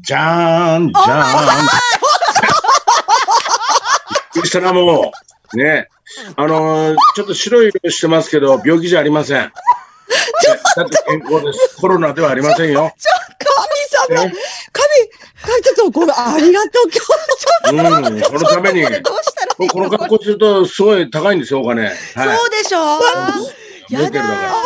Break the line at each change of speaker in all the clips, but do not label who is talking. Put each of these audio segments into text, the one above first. じゃーん、じゃーん。びっくりしたな、もう。ね。あのーちょっと白い色してますけど、病気じゃありません。ねだって健康です。コロナではありませんよ。
ちょ、神様、
ね
神、神、ちょっとごめん、ありがとう、今日、
う
ち
ん、このために
ょっ。とどうしたらいい
この格好すると、すごい高いんですよ、お金。はい。
そうでしょ
メーテルだから
やだ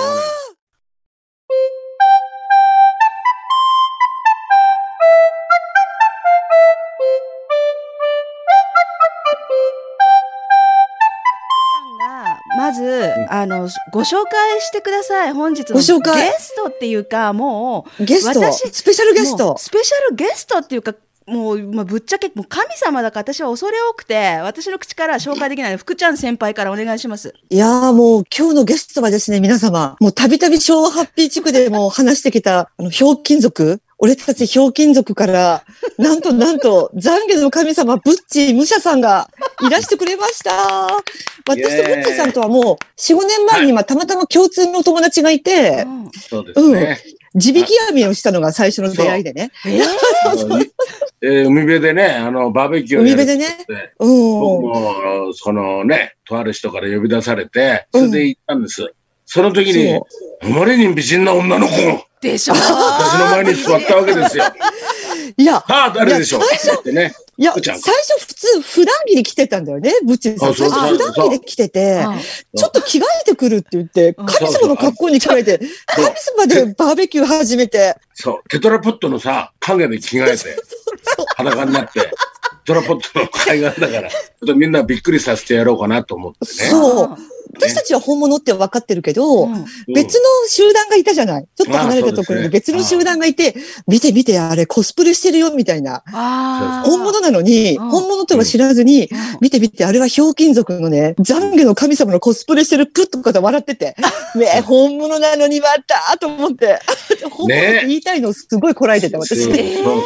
がまず、あの、ご紹介してください。本日の
ご紹介
ゲストっていうか、もう、
ゲスト、
私
スペシャルゲス
も
ト
う。スペシャルゲストっていうか、もう、まあ、ぶっちゃけ、もう神様だから私は恐れ多くて、私の口からは紹介できないので、福ちゃん先輩からお願いします。
いやーもう今日のゲストはですね、皆様、もうたびたび昭和ハッピー地区でも話してきた、あの、ひょうきん族、俺たちひょうきん族から、なんとなんと、懺悔の神様、ブッチー、武者さんがいらしてくれました。
イ
私
エ
と
ーイ
ブッチーさんとはもう、4、5年前に今、たまたま共通のお友達がいて
う、ん
そうですね。
地引き網をしたのが最初の出会いでね。
えー
あのいえー海辺でね、あの、バーベキューを
海
やる
辺でね。
って
うん。
僕も、あのそのね、とある人から呼び出されて、それで行ったんです。その時に、
そ
あまりに美人な女の子が
でしょ
私の前に座ったわけですよ。さ
う。いや、
あ、誰でしょう
いや最
ってね。
いや、
ふーち
最
ゃん
初普通、普段着で来てたんだよね、ブッチーさん。
あそう
最初
そう
普段着で来てて。
うん
ちょっと着替えてくるって言って、
うん
神様の格好に着替えて、
そう
神様でバーベキュー始めて、
そう、テトラポットのさ、影で着替えて、裸になって、テトラポットの海岸だから、ちょっとみんなびっくりさせてやろうかなと思ってね。
そう。私たちは本物って分かってるけど、
うん
うん
別の集団がいたじゃない。ちょっと離れたところ
ああそうですね
に別の集団がいて、見て見て、あれコスプレしてるよ、みたいな。
あー
本物なのに、
うん
本物とは知らずに、
うん
見て見て、あれはひょうきん族のね、懺悔の神様のコスプレしてるプッとかで笑って て、ねえ、本物なのにまたと思って、本物って言いたいのをすごいこらえてた、
そう
私。
そうそう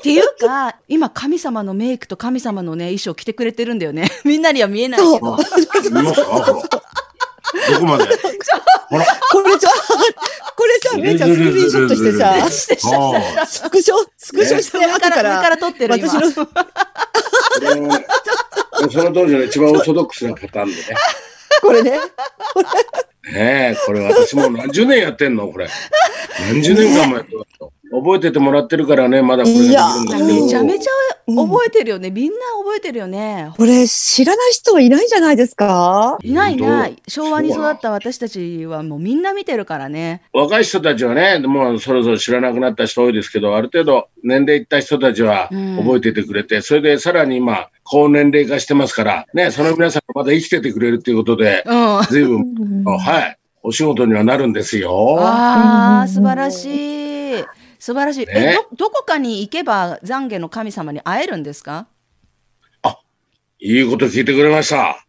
っていうか、今、神様のメイクと神様のね、衣装着てくれてるんだよね。 みんなには見えないけ
そう
ど。
そう。見ますかどこまでほら、
これさ、 これさ、めいちゃんスクリーンショットしてさ、
ああ
スクショ、スクショして、
上
後
か、
から、
上からら撮ってる、今。
私の
これはねその当時の一番オーソドックスなパターンでね。
これ ね、
ねえ、これ私もう何十年やってんのこれ。何十年間もやってますよ覚えててもらってるからね、まだこれができるんですけど。
めちゃめちゃ
うん
覚えてるよね。みんな覚えてるよね。
これ知らない人はいないんじゃないですか
いないいな
本
い。昭和に育った私たちはもうみんな見てるからね。
若い人たちはね、もうそろそろ知らなくなった人多いですけど、ある程度年齢いった人たちは
うん
覚えててくれて、それでさらに今、高年齢化してますから、ね、その皆さんがまだ生きててくれるっていうことで、
うん。あ
随分、はい、お仕事にはなるんですよ。
あ
う
ー、
ん
素晴らしい。素晴らしい。え
ね、
ど、どこかに行けば懺悔の神様に会えるんですか
いいこと聞いてくれました。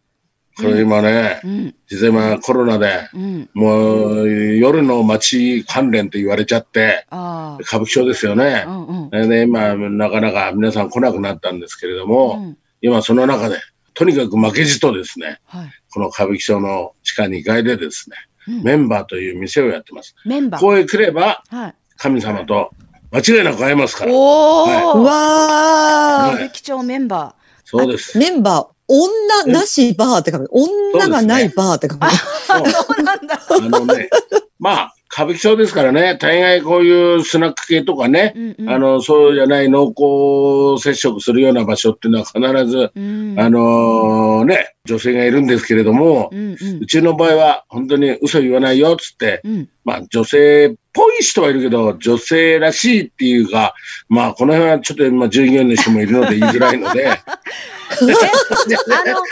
これ今ね、
うん。
実は今コロナで、
うん。
もう夜の街関連と言われちゃって、
あ
歌舞伎町ですよね
あ。う。んうん。
で、今、なかなか皆さん来なくなったんですけれども、
うん
今その中で、とにかく負けじとですね、
はい。
この歌舞伎町の地下2階でですね、
うん
メンバーという店をやってます。
メンバー。
ここへ来れば、
はい。
神様と間違いなく会えますから。
お
う
ー。
わ
は
歌
い
舞伎町メンバー。
そうです
ー。。メンバー、女なしバーって書く。女がないバーって書く。
そうなんだ。
そうあのね、 まあ、歌舞伎町ですからね、大概こういうスナック系とかね、
うんうん
あの、そうじゃない濃厚接触するような場所っていうのは必ず、
うん
あのね、女性がいるんですけれども、
うんうん
うちの場合は本当に嘘言わないよっつって、
うん
まあ女性っぽい人はいるけど、女性らしいっていうか、まあこの辺はちょっと今従業員の人もいるので言いづらいので、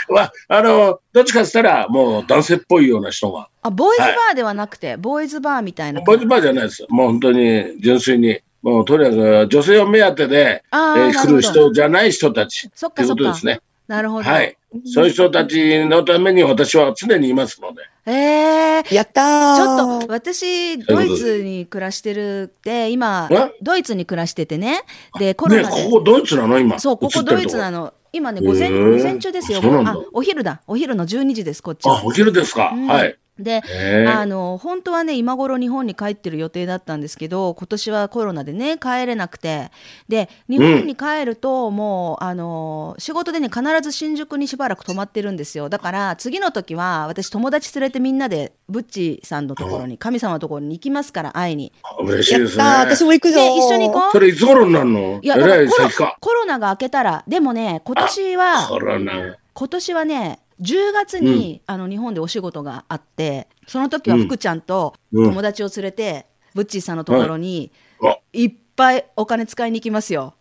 まああの、どっちかって言ったらもう男性っぽいような人が、
あ、ボーイズバーではなくて、ボーイズバーみたいな。
ボイズバーじゃないです。もう本当に純粋に、もうとにかく女性を目当てで、え
あー
ー
な
来
るほ
る
ど。
人じゃない人たち
そっ
と
か
いう
そ
こと
っ
で
か
す。ね。
なるほど。
はい。そういう人たちのために私は常にいますので。
ええ
やったー。
ちょっと、私、
と
ド
いうことで
イツに暮らしてるって、今
え、
ドイツに暮らしててね。で、コロ
ね
ナで。
ここドイツなの今。
そう、ここドイツな
の。
の。今ね、
へー
午前、午前中ですよ。
そうなんだ
あ、お昼だ。お昼の12時です、こっちは。
あ、お昼ですか。
うん
はい。
で、
え
あの本当はね今頃日本に帰ってる予定だったんですけど今年はコロナでね帰れなくてで日本に帰るともう、あの仕事でね必ず新宿にしばらく泊まってるんですよだから次の時は私友達連れてみんなでブッチさんのところに神様のところに行きますから会いに
嬉しい
や
で
っ
す
た
ね
ー。私も行くぞ
で一緒に行こ
それいつ頃になるの
いや
え
だからら
い
コロ
先か。
コロナが明けたらでもね今年は
コロナ。
今年はね10月に、あの日本でお仕事があってその時は福ちゃんと
うん
友達を連れて、ブッチーさんのところに、、
はい
っぱいお金使いに行きますよ。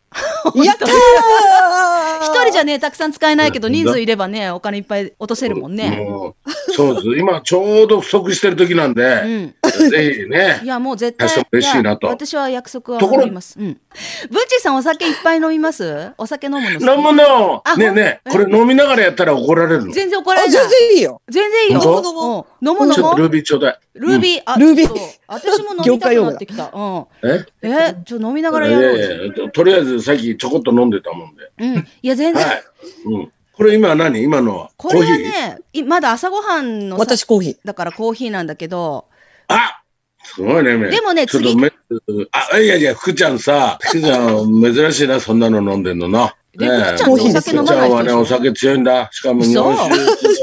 やったー
一人じゃねたくさん使えないけど
うん
人数いればねお金いっぱい落とせるもんね。
もうそうです。今ちょうど不足してる時なん
う
で、
ん、
ぜひ
い
ね。
やもう絶対
確かに嬉しいなと
や私は約束は
ところ
守ります。うん、ブッチーさんお酒いっぱい飲みますお酒飲むの
飲
好
むの
あ
ねえねえ、これ飲みながらやったら怒られる
き
の。ち
全然怒ら
あ
れ
全
ない。
然いいよ。
全然いいよ。
本
うん飲む
ょ
飲
っと
む
ルービーちょうだい。
ルービー、あ、
ルービー
ちょっと私も飲みたくなってきた。うん。
え
え、ちょ、飲みながら
い
やろうよ。
やいや、とりあえずさっきちょこっと飲んでたもんで。
うん。いや、全然。
はい。うん。これ今何今のはコ
これ
ー
は
ヒー
ね、いまだ朝ごはんのさ、
私コーヒー。
だからコーヒーなんだけど、
あすごいね、め
でもね
ちょっとめ、あ、いやいや、福ちゃんさ、福ちゃん、珍しいな、そんなの飲んでんのな。
で
ねえ
福ちゃん
ってお酒飲まな
福ち
い人でしょ
ゃんはね、お酒強いんだ。しかも日本酒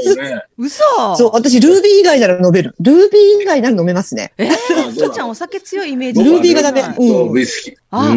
強いね。
嘘
そう、私、ルービー以外なら飲める。ルービー以外なら飲めますね。
えー、ふとちゃんお酒強いイメー ジ。
ルービーがダメ
はい
そうウイスキー。
あ
うー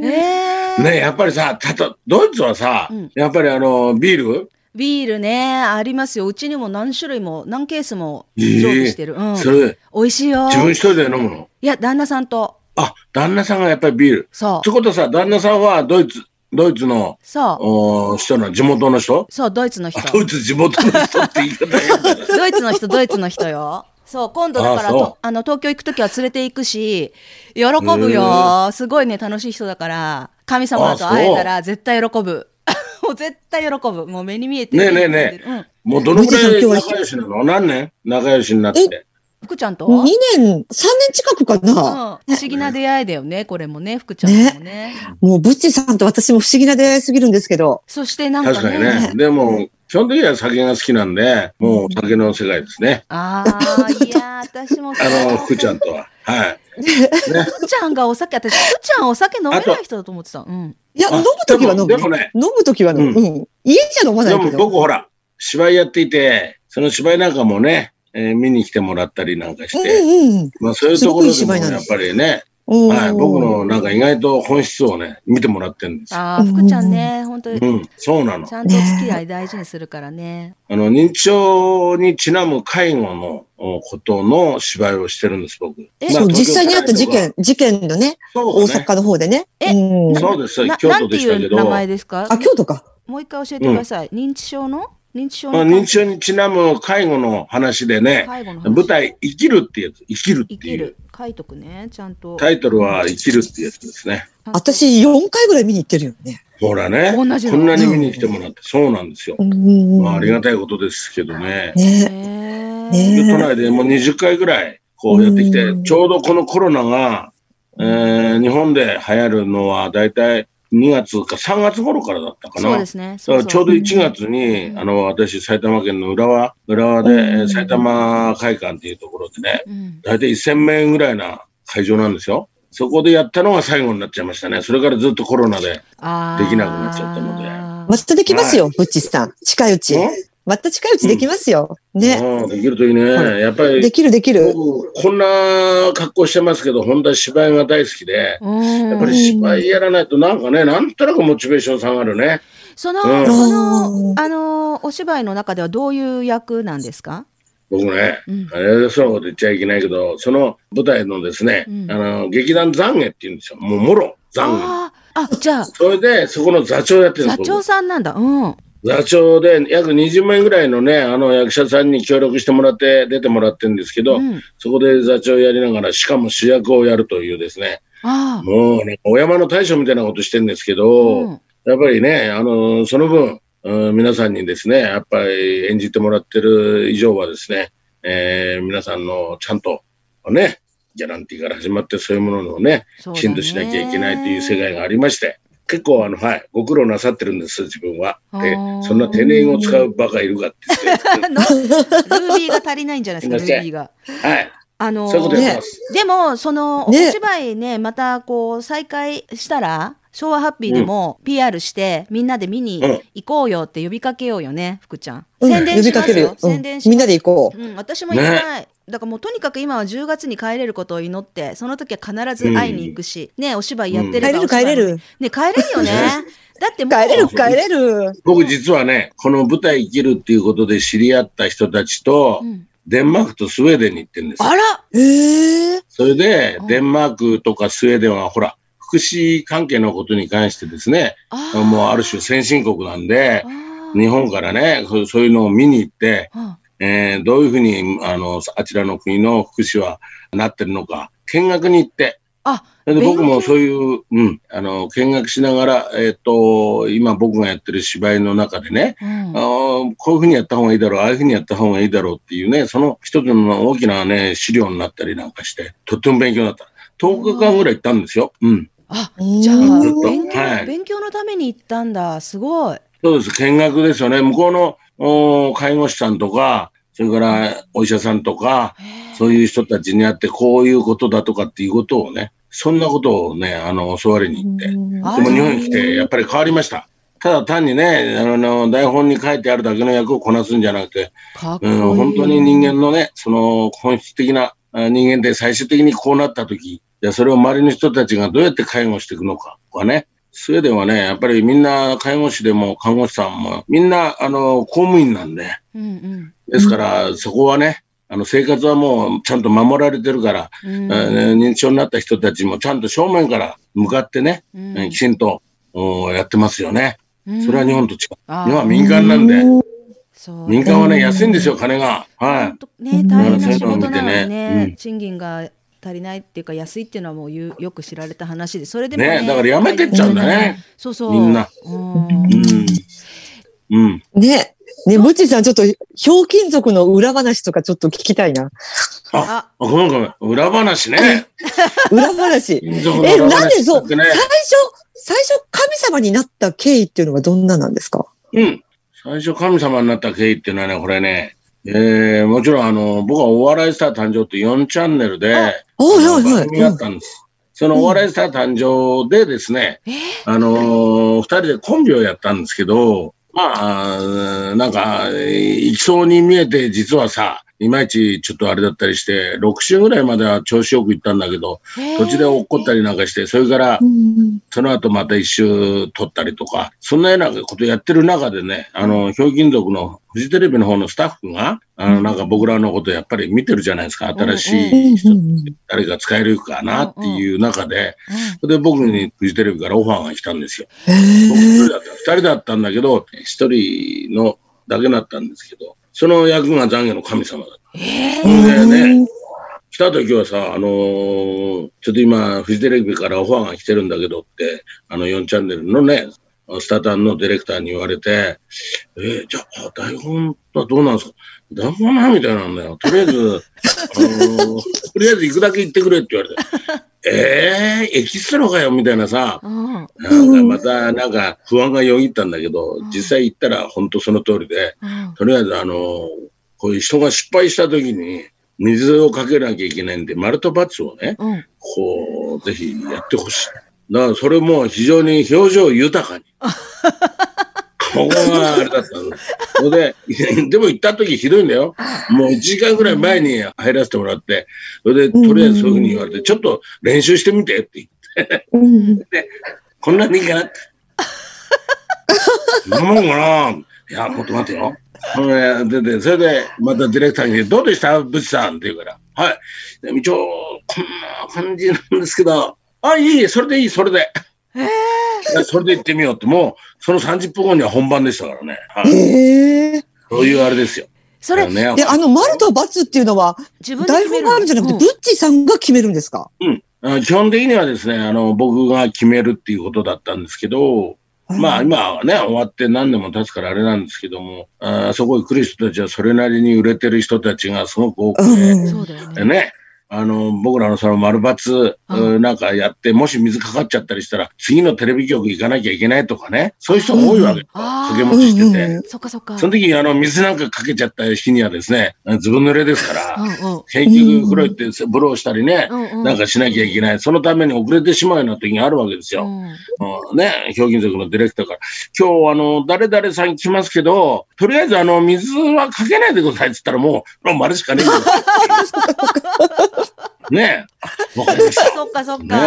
ん
えー、
ねえやっぱりさ、たと、ドイツはさ
うん、
やっぱりあの、ビール
ビールね、ありますよ。うちにも何種類も、何ケースも常備してる。うん。
それ、
美味しいよ。
自分一人で飲むの
いや、旦那さんと。
あ、旦那さんがやっぱりビール。
そ
ってことはさ、旦那さんはドイツ、ドイツの
う。、そう。
おー人の地元の人
そう、ドイツの人
あ。ドイツ地元の人って言い方変だな。
ドイツの人、ドイツの人よ。そう、今度だから
あそう
とあの、東京行くときは連れて行くし、喜ぶ
へ
よ。すごいね、楽しい人だから、神様と会えたら絶対喜ぶ。 もう絶対喜ぶ。もう目に見えて
ねえ
目に見
ねえ
えてるうん。
もうどのくら
藤
い
井さん今日は
仲良しなの何年仲良しになって。
福ちゃんと
2年、3年近くか
うん、
な。
不思議な出会いだよね、これもね、福ちゃんともね。
もう、ブッチさんと私も不思議な出会いすぎるんですけ ど。
そしてなん
確
か
かに
ね、
ね。でも、基本的には酒が好きなんで、もう酒の世界ですね。
ああ、いやー、私も
あの、福ちゃ
ん。
んとは。はい。
福ちゃんがお酒、私、福ちゃんお酒飲めない人だと思ってた。うん。
いや、
あ
飲むときは飲
でも
む、
ね
飲むときは飲む。うん。家じゃ飲まな
で
いけ
も
ど
僕。ほら、芝居やっていて、その芝居なんかもね、えー見に来てもらったりなんか
う
して、
んうん
まあそういうところでも
すごくいい芝居なん
や
で
っ
す
ぱりね、
うん。
はい、僕のなんか意外と本質をね、見てもらってるんですよ。
ああ、福ちゃんね、本当に
う。ん、そうなの
ち。ゃんとお付き合い大事にするからね。
あの、認知症にちなむ介護のおことの芝居をしてるんです、僕。
え
ま
そ
東
う、
京
実際にあった事件、事件のね、
そう
大
だね
阪の方でね。
え
うん
な
そうです
な
京
な
都
んて
でし
い
たけ
う
ど
名前ですか
あ、京都か。
もう一回教えてください。認知症の認知症
まあ、
の
認知症にちなむ介護の話でね、
介護の話
舞台、生きるってやつ、生きる
生
って
き
いう
る。書いとくね、ちゃんと。
タイトルは生きるってやつですね。
私、4回ぐらい見に行ってるよね。
ほらね、こ
同
ん
じの
なに見に来てもらって、そうなんですよ。
うんうんうん。
まあ、ありがたいことですけどね。
ね
ね
ね
で都内でもう20回ぐらい、こうやってきて
うん、
ちょうどこのコロナが、えー日本で流行るのは、だいたい2月か3月頃からだったかな。
そうですね。
だ
そ
から
うそう
ちょうど1月に、あの、私、埼玉県の浦和、浦和で、えー埼玉会館っていうところでね、
うん
大体1000名ぐらいな会場なんですよ。そこでやったのが最後になっちゃいましたね。それからずっとコロナで。
あー
できなくなっちゃったので
またできますよ、ブッチさん。近いうち。また近いうちできますよ。ね。
うんうんできるといいね。やっぱ
で
り、
きるできる。
僕こんな格好してますけど、本当は芝居が大好きで、
うん
やっぱり芝居やらないとなんかね、なんとなくモチベーション下がるね。
その、
うん
その
う、ん
あの、お芝居の中ではどういう役なんですか
僕ね、
うん
あれそうなこと言っちゃいけないけど、その舞台のですね、
うん
あの、劇団懺悔って言うんですよ。もう、もろ、懺悔。
あーあ、じゃあ、
それで、そこの座長やってるんで
座
す
長
僕
さんなんだ。うん。
座長で、約20名ぐらいのね、あの、役者さんに協力してもらって、出てもらってるんですけど、
うん
そこで座長やりながら、しかも主役をやるというですね、
ああ。
もうね、お山の大将みたいなことしてるんですけど、
うん
やっぱりね、あのその分、うん皆さんにですね、やっぱり演じてもらってる以上はですね、えー皆さんのちゃんと、ね、ギャランティーから始まってそういうものをね、
そう
きち
だね
んとしなきゃいけないという世界がありまして、結構あの、はい、ご苦労なさってるんです、自分は。で
あー、
そんな天然を使うバカいるかって言って。
のルービーが足りないんじゃないですか、
す
ル
いません
ービーが。
はい、
あのー
そういうことやってます。
でも、その、
ね
お芝居ね、またこう、再開したら、昭和ハッピーでも PR して、みんなで見に
うん
行こうよって呼びかけようよね、福ちゃん。
うん
宣伝し
呼び
ま
かけ
す
る
よ
よ。うん
宣伝し
みん
ます
なで行こう。
うん、私も行きたい。だからもうとにかく今は10月に帰れることを祈って、その時は必ず会いに行くし、ね、お芝居やって
帰れ
れば
る
お芝居
帰れる。
ね、帰れるよね。 だってもう
帰れる帰れる。
僕実はね、この舞台生きるっていうことで知り合った人たちと、
うん
デンマークとスウェーデンに行ってるんですよ
あら
ええ
それで
うん、
デンマークとかスウェーデンは、ほら、福祉関係のことに関してですね、
あー
もうある種先進国なんで、
あー
日本からね、そうそういうのを見に行って、
あ
えーどういうふうに、あの、あちらの国の福祉はなってるのか、見学に行って、
あ
それで僕
勉強
もそういう、うん、あの、見学しながら、えっ、と、今僕がやってる芝居の中でね、
うん
あーこういうふうにやった方がいいだろう、ああいうふうにやった方がいいだろうっていうね、その一つの大きなね、資料になったりなんかして、とっても勉強になった。10日間ぐらい行ったんですよ。うん。
あ
ー。
じゃあ
ずっと
勉強、
はい
勉強のために行ったんだすごい
そうです。見学ですよね。向こうのおー介護士さんとか、それからお医者さんとか、そういう人たちに会って、こういうことだとかっていうことをね、そんなことをね、あの、教わりに行って。
あ
でも日本に来て、やっぱり変わりました。ただ単にね、あの、台本に書いてあるだけの役をこなすんじゃなくて、
かっこいい、
うん、本当に人間のね、その本質的なあ人間で最終的にこうなった時、じゃあそれを周りの人たちがどうやって介護していくのかとかね。スウェーデンはね、やっぱりみんな介護士でも看護師さんもみんなあの公務員なんで、
うん
ですからそこはね、あの生活はもうちゃんと守られてるから、
うん
えー認知症になった人たちもちゃんと正面から向かってね、
うん
えーきちんとおやってますよね。
うん
それは日本と違う。
あ
日本は民間なんで、
そう
民間はね、安いんですよ、金が。はい
本。当ね大変な仕事なのに
そういうのを
ね
見てねうん
賃金が足りないっていうか安いっていうのはもう言うよく知られた話でそれでもね
ねだからやめてっちゃうんだね。
そうそう
みんな
うん
うん。うん。
ねね、むっちーさん、ちょっと、ひょうきん族の裏話とかちょっと聞きたいな。
あ
あ、ごめんごめん。裏話ね。
裏話。
金属の
え、
裏話
なんでそう、
って
最
ね
初、最初神様になった経緯っていうのはどんななんですか
うん。最初神様になった経緯っていうのはね、これね、えー、もちろんあの、僕はお笑いスター誕生って4チャンネルで、
あはいはいはい
番組があったんです。そのお笑いスター誕生でですね、
えー
あのー二人でコンビをやったんですけど、まあ、うんなんか、いきそうに見えて、実はさ、いまいちちょっとあれだったりして、6週ぐらいまでは調子よく行ったんだけど、
えー
途中で落っこったりなんかして、それから、
うん
その後また一周取ったりとか、そんなようなことやってる中でね、あの、ひょうきん族のフジテレビの方のスタッフが、あの、なんか僕らのことやっぱり見てるじゃないですか、新
う
しい
んう
人、
ん
誰が使えるかなっていう中で、それで僕にフジテレビからオファーが来たんですよ。
へ
僕一人
ー
だった、二人だったんだけど、一人のだけだったんですけど、その役が懺悔の神様だった。
え
そ
ー
れでね、来た時はさ、あのーちょっと今、フジテレビからオファーが来てるんだけどって、あの4チャンネルのね、スタタンのディレクターに言われて、えーじゃあ、台本はどうなんですか台本はないみたいなんだよ。とりあえず、あのーとりあえず行くだけ行ってくれって言われて、えー、エキストラかよみたいなさ、
うん
なんかまたなんか不安がよぎったんだけど、実際行ったら本当その通りで、
うん
とりあえず、あの、こういう人が失敗した時に、水をかけなきゃいけないんで、丸と×をね、
うん
こう、ぜひやってほしい。だから、それも非常に表情豊かに。顔があれだったの。それで、でも行った時ひどいんだよ。もう1時間ぐらい前に入らせてもらって、それで、とりあえずそういうふうに言われて、ちょっと練習してみてって言って、
うん
こんなんでいいかなって。 そんなもんかないや、もっと待てよ。それで、でそれで、またディレクターに、どうでしたブチさんって言うから、はい。でも一応、こんな感じなんですけど、あ、いい、それでいい、それで。えそれで行ってみようって、もう、その30分後には本番でしたからね。はい。
へえ。
そういうあれですよ。
それ
ね
で、あの、丸と×っていうのは、
自分で
台
決め
本
る
があるんじゃなくて、
うん
ブッチーさんが決めるんですか
あ基本的にはですね、あの、僕が決めるっていうことだったんですけど、 まあ
うん
今はね、終わって何年も経つからあれなんですけども、あーそこに来る人たちはそれなりに売れてる人たちがすごく多くて、
そうだよね
ね、あの、僕らのその丸抜うんなんかやって、もし水かかっちゃったりしたら、次のテレビ局行かなきゃいけないとかね、そういう人が多いわけ。
あ
掛け
あ、
持ちして
うんう
て。
ん
そっかそっか。
その時にあの、水なんかかけちゃった日にはですね、ずぶ濡れですから、
う
結局風呂行ってブローしたりね、
んうん。うんうん。
なんかしなきゃいけない。そのために遅れてしまうような時があるわけですよ。
うん
うんね、表現族のディレクターから、今日あの、誰々さん来ますけど、とりあえずあの、水はかけないでくださいって言ったらもう、もう丸しかねえ よねえ、わかりまし
そっかそっ
ね
か。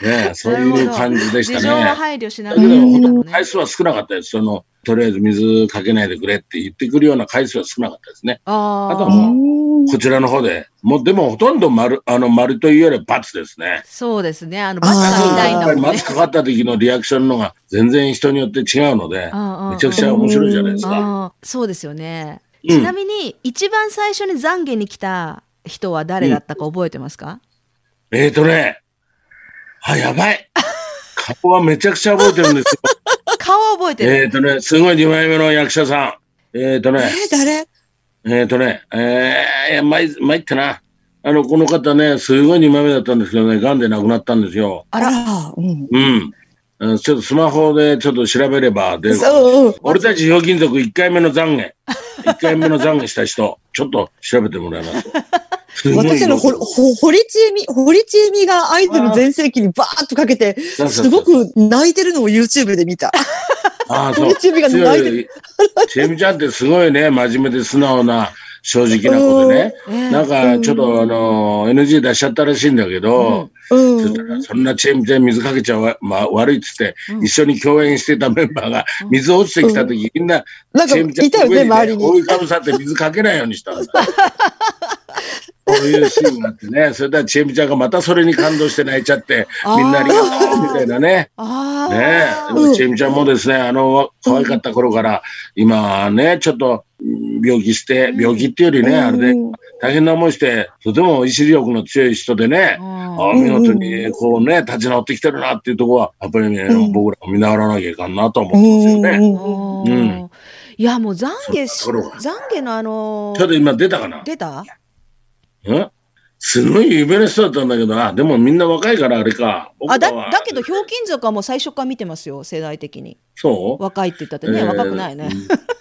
た。ねえ、そういう感じでし
事
た
情は
ね。
配慮しながらやってたのね
回。数は少なかったです。その、とりあえず水かけないでくれって言ってくるような回数は少なかったですね。
ああ。
あとは
う
も
ん
こちらの方で。もう、でもほとんど丸、あの、丸というよりは×ですね。
そうですね。あの、バッタみたい
やっ
な
ぱ
も
り
んね
松。かかった時のリアクションのが全然人によって違うので。め
め
ちゃくちゃ面白いじゃないですか。
あーそうですよね。
うん
ちなみに、一番最初に懺悔に来た人は誰だったか覚えてますか、
えーとね、あ、やばい。顔はめちゃくちゃ覚えてるんです
顔は覚えて
よ。
る。
えーとね、すごい2枚目の役者さん。えーと
え
ね、
ー、誰
えーとね、えー、まい、まいったな。あの、この方ね、すごい2枚目だったんですけどね、癌で亡くなったんですよ。
あら、うん。
うん。うんちょっとスマホでちょっと調べれば出るかも
そう、うん。
俺たちひょうきん族1回目の懺悔。1回目の懺悔した人、ちょっと調べてもらいます。すごい
私のほ、ほ、堀ちえみ、堀ちえみがアイドル全盛期にバーッとかけて、
そうそうそう
すごく泣いてるのを YouTube で見 た。
ああ、そう。
ちえみが泣いてる。
ちえみちゃんってすごいね、真面目で素直な、正直な子でね。
ええ
なんか、ちょっとあの、NG 出しちゃったらしいんだけど、
う
そ
ん
した。らそんなちえみちゃん水かけちゃわ、まあ、悪いっつって、
うん
一緒に共演してたメンバーが
う、ん
水落ちてきた時、みんな、
なんか、
ちえみちゃん
いたよね、周り
覆
に。
いかぶさって水かけないようにしたんだ。こういうシーンがあってね、それではちえみちゃんがまたそれに感動して泣いちゃって、みんなありがとうみたいなね。
ああ。
ねえ、でもちえみちゃんもですね、あの、可愛かった頃から、今ね、ちょっと、うん病気して、病気っていうよりね、あれで、大変な思いして、とても意志力の強い人でね、ああ
う
見事に、こうね、立ち直ってきてるなっていうところは、やっぱりね
うん、
僕らも見習わなきゃいかんなと思っ
う
てますよ
ん。
ね。
うん
ん。
うん
いや、もう懺悔し、
そんなところが
懺悔のあのー
ちょっと今出たかな
出た
んすごい有名な人だったんだけどな、でもみんな若いからあれか。
あだ
僕らは
だけど、ひょうきん族はもう最初から見てますよ、世代的に。
そう
若いって言ったってね、
えー
若くないね。。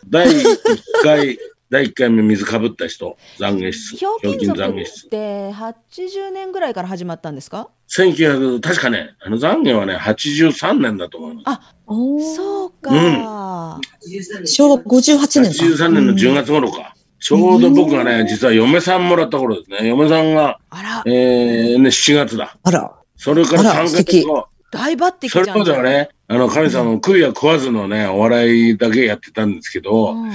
第1回、 第一回目水かぶった人、懺悔室。
ひょうきん
ひょう
族
きん懺悔室
っ。て80年ぐらいから始まったんですか
1900、確かね、あの懺悔はね、83年だと思います。
そうか、
昭和58年か。
83年の10月頃か。ちょうど僕がね、実は嫁さんもらった頃ですね。嫁さんが、
あら
えー、ね、7月だ。
あら。
それから
あら
3
素
ヶ月
敵
後、
大抜擢じ
そ
ゃん
れまではね、あの、神様、食いは食わずのね、お笑いだけやってたんですけど、
うん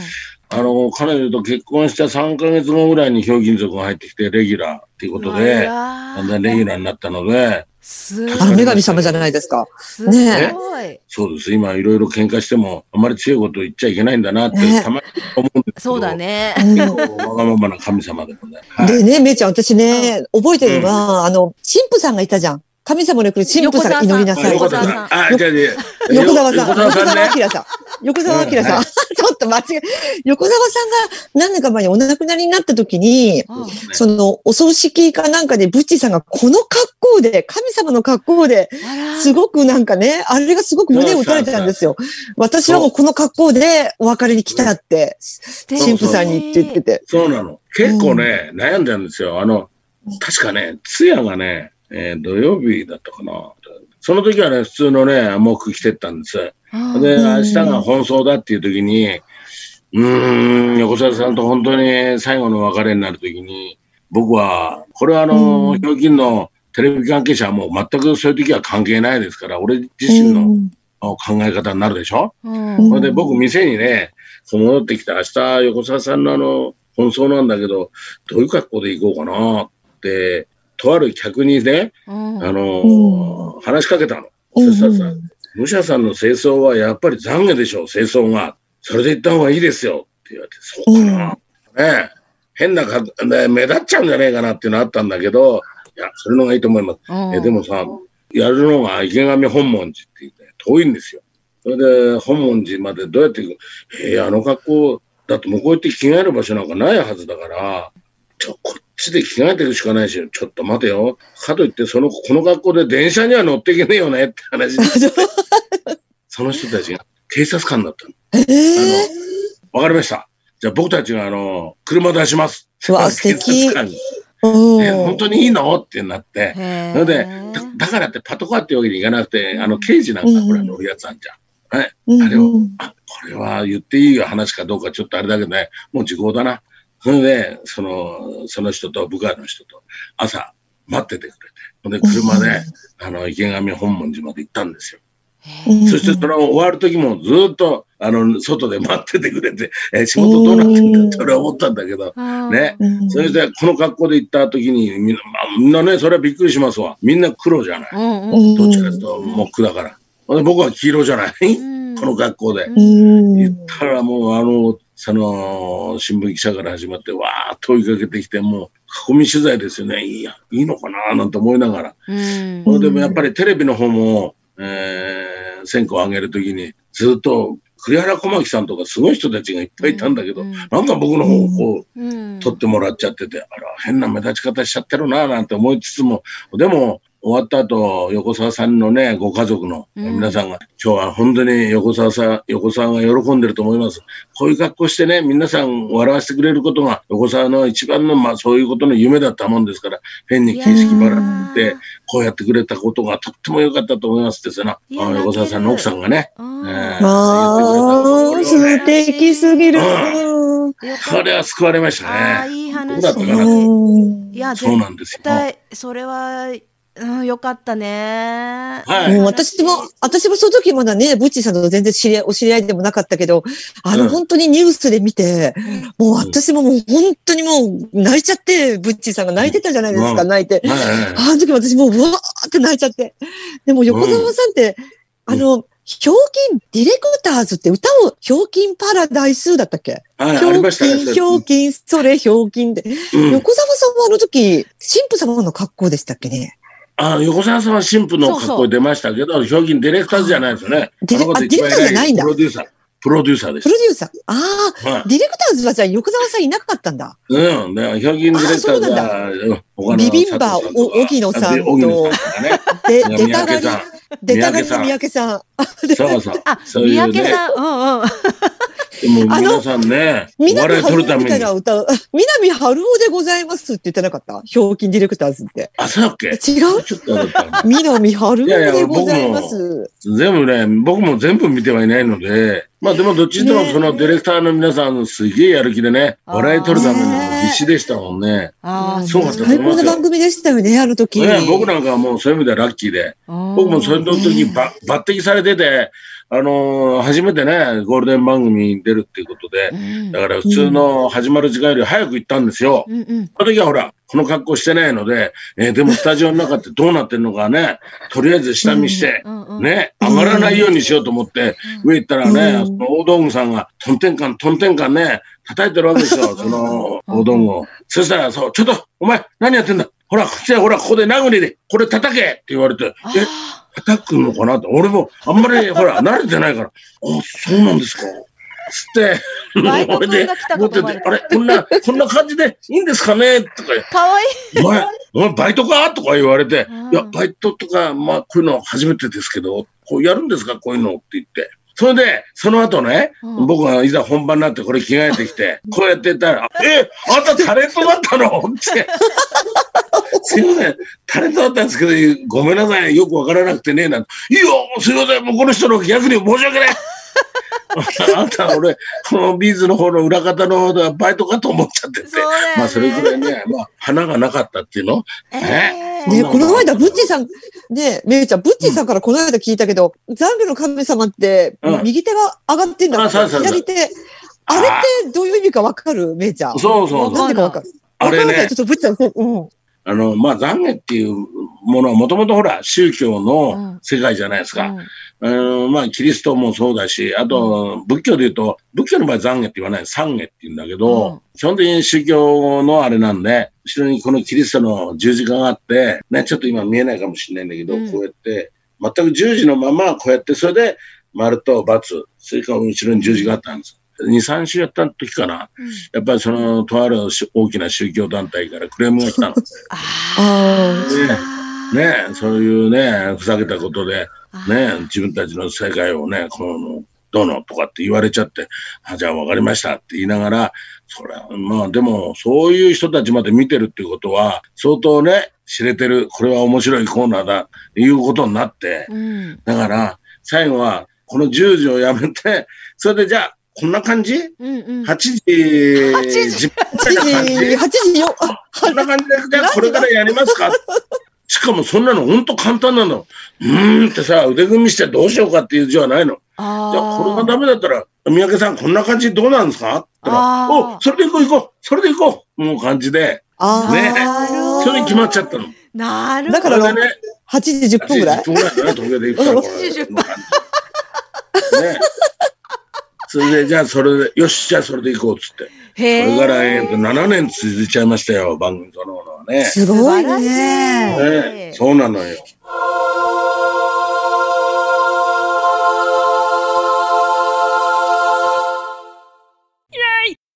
あの、彼女と結婚した3ヶ月後ぐらいにひょうきん族が入ってきて、レギュラーっていうこと
あ
で、
ら
だんだんレギュラーになったので、
す
あの、女神様じゃないですか。
すごい、
ね
そうです。今いろいろ喧嘩しても、あまり強いこと言っちゃいけないんだなって
ね、
たまに思うんですけど。
そうだ。ね
うん
わがままな神様でもね。はい
でね、めいちゃん、私ね、覚えてるのは、あの、神父さんがいたじゃん。神様の国、神父さんが祈りな
あ
さい。
横
横
澤
澤
さん
さん。
あ、じゃあね、
横澤さん、
横
横
澤さ
澤
んね。
明さん。横澤明さ
うん
ん。 ちょっと間違え、横澤さんが何年か前にお亡くなりになった時に、
うん
その、お葬式かなんかで、ブッチーさんがこの格好で、神様の格好で、
あら
すごくなんかね、あれがすごく胸を打たれたんですよ。私はもうこの格好でお別れに来たって、
素敵
神父さんにって言ってて。
そうなの。結構ね、悩んだんですよ。あの、確かね、通夜がね、えー土曜日だったかな。その時はね、普通のね、喪服着てったんです。
うん
で、明日が本葬だっていう時に、うーん、横澤さんと本当に最後の別れになる時に、僕は、これはあの、
うん
ひょうきんのテレビ関係者はもう全くそういう時は関係ないですから、俺自身
う
の
ん
考え方になるでしょ、
うん
うん
それで僕店にね、こう戻ってきた明日横澤さんのあの、本葬なんだけど、どういう格好で行こうかなって、とある客にね、
うん
あの、
う
話しかけたの。
う
そ
ん
したらさ、武者さんの清掃はやっぱり懺悔でしょう、清掃が。それで行った方がいいですよって言われて、そうかな。ねえ変なか、ね、目立っちゃうんじゃねえかなっていうのあったんだけど、いや、それの方がいいと思います。
うん
えでもさ、やるのが池上本門寺って言って、遠いんですよ。それで、本門寺までどうやって行くえーあの格好だと向こう行って着替える場所なんかないはずだから、ちょ、こっちで着替えていくしかないし、ちょっと待てよ。かといって、その、この学校で電車には乗っていけねえよねって話でその人たちが警察官だったの。
ええ
わかりました。じゃあ僕たちが、あの、車出します。
うわ素敵
警察官に
うん
え本当にいいのってなって。
へ
なのでだ、だからってパトカーっていうわけにいかなくて、あの、刑事なんか、ほら、乗るやつあんじゃん。
うん
あれを
うん
あ、これは言っていい話かどうかちょっとあれだけどね、もう時効だな。それで、その、その人と部下の人と朝待っててくれて、ほんで車で、あの、池上本門寺まで行ったんですよ。
うん
そしてその終わる時もずっと、あの、外で待っててくれて、え仕事どうなってんだって俺は思ったんだけど、ね。
うん
それで、この格好で行った時に、みんな、まあみんなね、それはびっくりしますわ。みんな黒じゃない。
うんうん。
うん
どっちかというと、モックだから。ほんで僕は黄色じゃない。
うん
この格好で。
うん
言ったらもうあの、その、新聞記者から始まって、わーっと追いかけてきて、もう、囲み取材ですよね。いいや、いいのかななんて思いながら。
うん
それでもやっぱりテレビの方も、えー、線香を上げるときに、ずっと、栗原小牧さんとかすごい人たちがいっぱいいたんだけど、
うん
なんか僕の方をこう、
うん
撮ってもらっちゃってて、あら、変な目立ち方しちゃってるな、なんて思いつつも、でも、終わった後、横澤さんのね、ご家族の
うん
皆さんが、今日は本当に横澤さん、横澤が喜んでると思います。こういう格好してね、皆さん笑わせてくれることが、横澤の一番の、まあそういうことの夢だったもんですから、変に形式ばらって、こうやってくれたことがとっても良かったと思いますってさな、
いや
あの
泣け
横
る
澤さんの奥さんがね、
うん
ね
ああ、素敵すぎる。
う
よか
こ
っ
れは救われました
ああ
たね。
いい
どうだったかな
話。
うん
いや絶
そうなんですよ。
対それはうんよかったね。
はい
もう私も、私もその時まだね、ブッチーさんと全然知り合い、お知り合いでもなかったけど、あ
うん
の本当にニュースで見て、もう私ももう本当にもう泣いちゃって、ブッチーさんが泣いてたじゃないですか、
うん
泣いて。
はいはい
あの時私もう、うわーって泣いちゃって。でも横澤さんって、
うん
あの、ひょうきんディレクターズって歌を、ひょうきんパラダイスだったっけ
はい、
ひ
あり
ょう
まし
き
たね。
ん、ひょうきん、それひょうきんで。
うん、
横澤さんはあの時、神父様の格好でしたっけね
あ横澤さんは新婦の
そうそ
格
う
好で出ましたけど、表現ディレクターズじゃないですよね。
ディレ
あの方
あディレクターズじゃないんだ
プロデューサー。プロデューサーで
プ
す
ロ。デューサー。あ
は
あ、ディレクターズはじゃあ横澤さんいなかったんだ。
い。うん。で、表現ディレクターズは、うん他の
ビビンバ
佐藤とか
お荻野さんと
あ荻野さんとかね。
で、
いや三
出たが
宅
り
さ、
出たがりの
三
三
宅
宅さん。
ん。そうそう。
あ
そう
三
いう
宅
ね、
さんうんうん。
もう皆さんね、お笑
南
い取
春
るた
夫
め
みたい
に。
な歌う、南春夫でございますって言ってなかったひょうきんディレクターズって。
あ、そうだっけ
違う
ちょっとだったな
南春夫
いやい
で
や僕も
ございます。
全部ね、僕も全部見てはいないので、まあでもどっちでもそのディレクターの皆さんすげえやる気でね、笑い取るために必死でしたもんね。
ああ
そうだったと思い
最
ますよ
高な番組でしたよね、あの時。
ね、僕なんかはもうそういう意味ではラッキーで、僕もそれの時ば抜擢されてて、あのー初めてね、ゴールデン番組に出るっていうことで、
うん
だから普通の始まる時間より早く行ったんですよ。
うんうん
その時はほら、この格好してないので、えーでもスタジオの中ってどうなってんのかね、とりあえず下見して、
うんうん。
ね、上がらないようにしようと思って、上行ったら
う
ね、
ん
その大道具さんが、トンテンカン、トンテンカンね、叩いてるわけ ですよ、その大道具を。そしたら、そう、ちょっと、お前、何やってんだほら、こっちだほら、ここで殴りで、これ叩けって言われて、
あ
え、
ー
叩くのかなって、俺も、あんま り、ほら、慣れてないから、あ、そうなんですか。つって、
バイト君
で
が来た
持
か
ってて
と思われ、た
あれ、こんな、こんな感じでいいんですかねとか、
かわいい。
お前、お前バイトかとか言われて
うん、
いや、バイトとか、まあ、こういうの初めてですけど、こうやるんですかこういうのって言って。それで、その後ね、
うん
僕がいざ本番になってこれ着替えてきて、こうやってたら、え、あんたタレントだったの って。すいません、タレントだったんですけど、ごめんなさい、よくわからなくてね、なんて。いいよ、すいません、もうこの人の逆に申し訳ない。 あんた、俺、このビーズの方の裏方の方バイトかと思っちゃってて。
そうだよね。
まあそれぐらいね、まあ花がなかったっていうの。
えー
ね
ね、この間、ブッチーさん、ね、めいちゃん、ブッチーさんからこの間聞いたけど、ザンビの神様って
うん、
右手は上がってんだ
あ
って
そうそうそう
左手、あれってどういう意味かわかるめいちゃん。
そうそうそう。
なんでかわかる
あれ
わからな
ね
いちょ、っとブッチーさん、うん。
あの、まあ懺悔っていうものはもともとほら宗教の世界じゃないですか。あのまあキリストもそうだし、あと仏教で言うと、仏教の場合懺悔って言わない、懺悔って言うんだけど、
うん
基本的に宗教のあれなんで、後ろにこのキリストの十字架があって、ね、ちょっと今見えないかもしれないんだけど、
うん
こうやって、全く十字のままこうやって、それで丸と×、それから後ろに十字があったんです。 2、3週やった時かな。やっぱりその、とあるし大きな宗教団体からクレームが来たの。
ああ。
ねえ、そういうね、ふざけたことで、
あ
ねえ、自分たちの世界をね、この、どうのとかって言われちゃって、あ、じゃあ分かりましたって言いながら、それは、まあでも、そういう人たちまで見てるっていうことは、相当ね、知れてる、これは面白いコーナーだ、っていうことになって、
うん。
だから、最後は、この10時をやめて、それでじゃあ、こんな感じ
うんうん。
?8 時
8時
10分ぐらいの感
8時、
じ
8時よ、あ、
こんな感じで、じゃあこれからやりますかしかもそんなの本当簡単なの。うーんってさ、腕組みしてどうしようかっていう字はないの。
あ
じゃあ、これが
あ。
ダメだったら、三宅さんこんな感じどうなんですかって言った
あ
ら、
ー
お、それで行こう行こう、それで行こうもう感じで、
あ
ね
あ、
それに決まっちゃったの。
なる
だ
ほ
か
ど
ら。
それでね、
8時10分ぐらい
10分ぐらいだな、東京で行くから。
80分
これね。それで、じゃあそれで、よし、じゃあそれで行こうっつって。
へ
そ
え。
れから、えーと、7年続いちゃいましたよ、番組そのものはね。
すごいね。
素晴らしい
ねそうなのよ。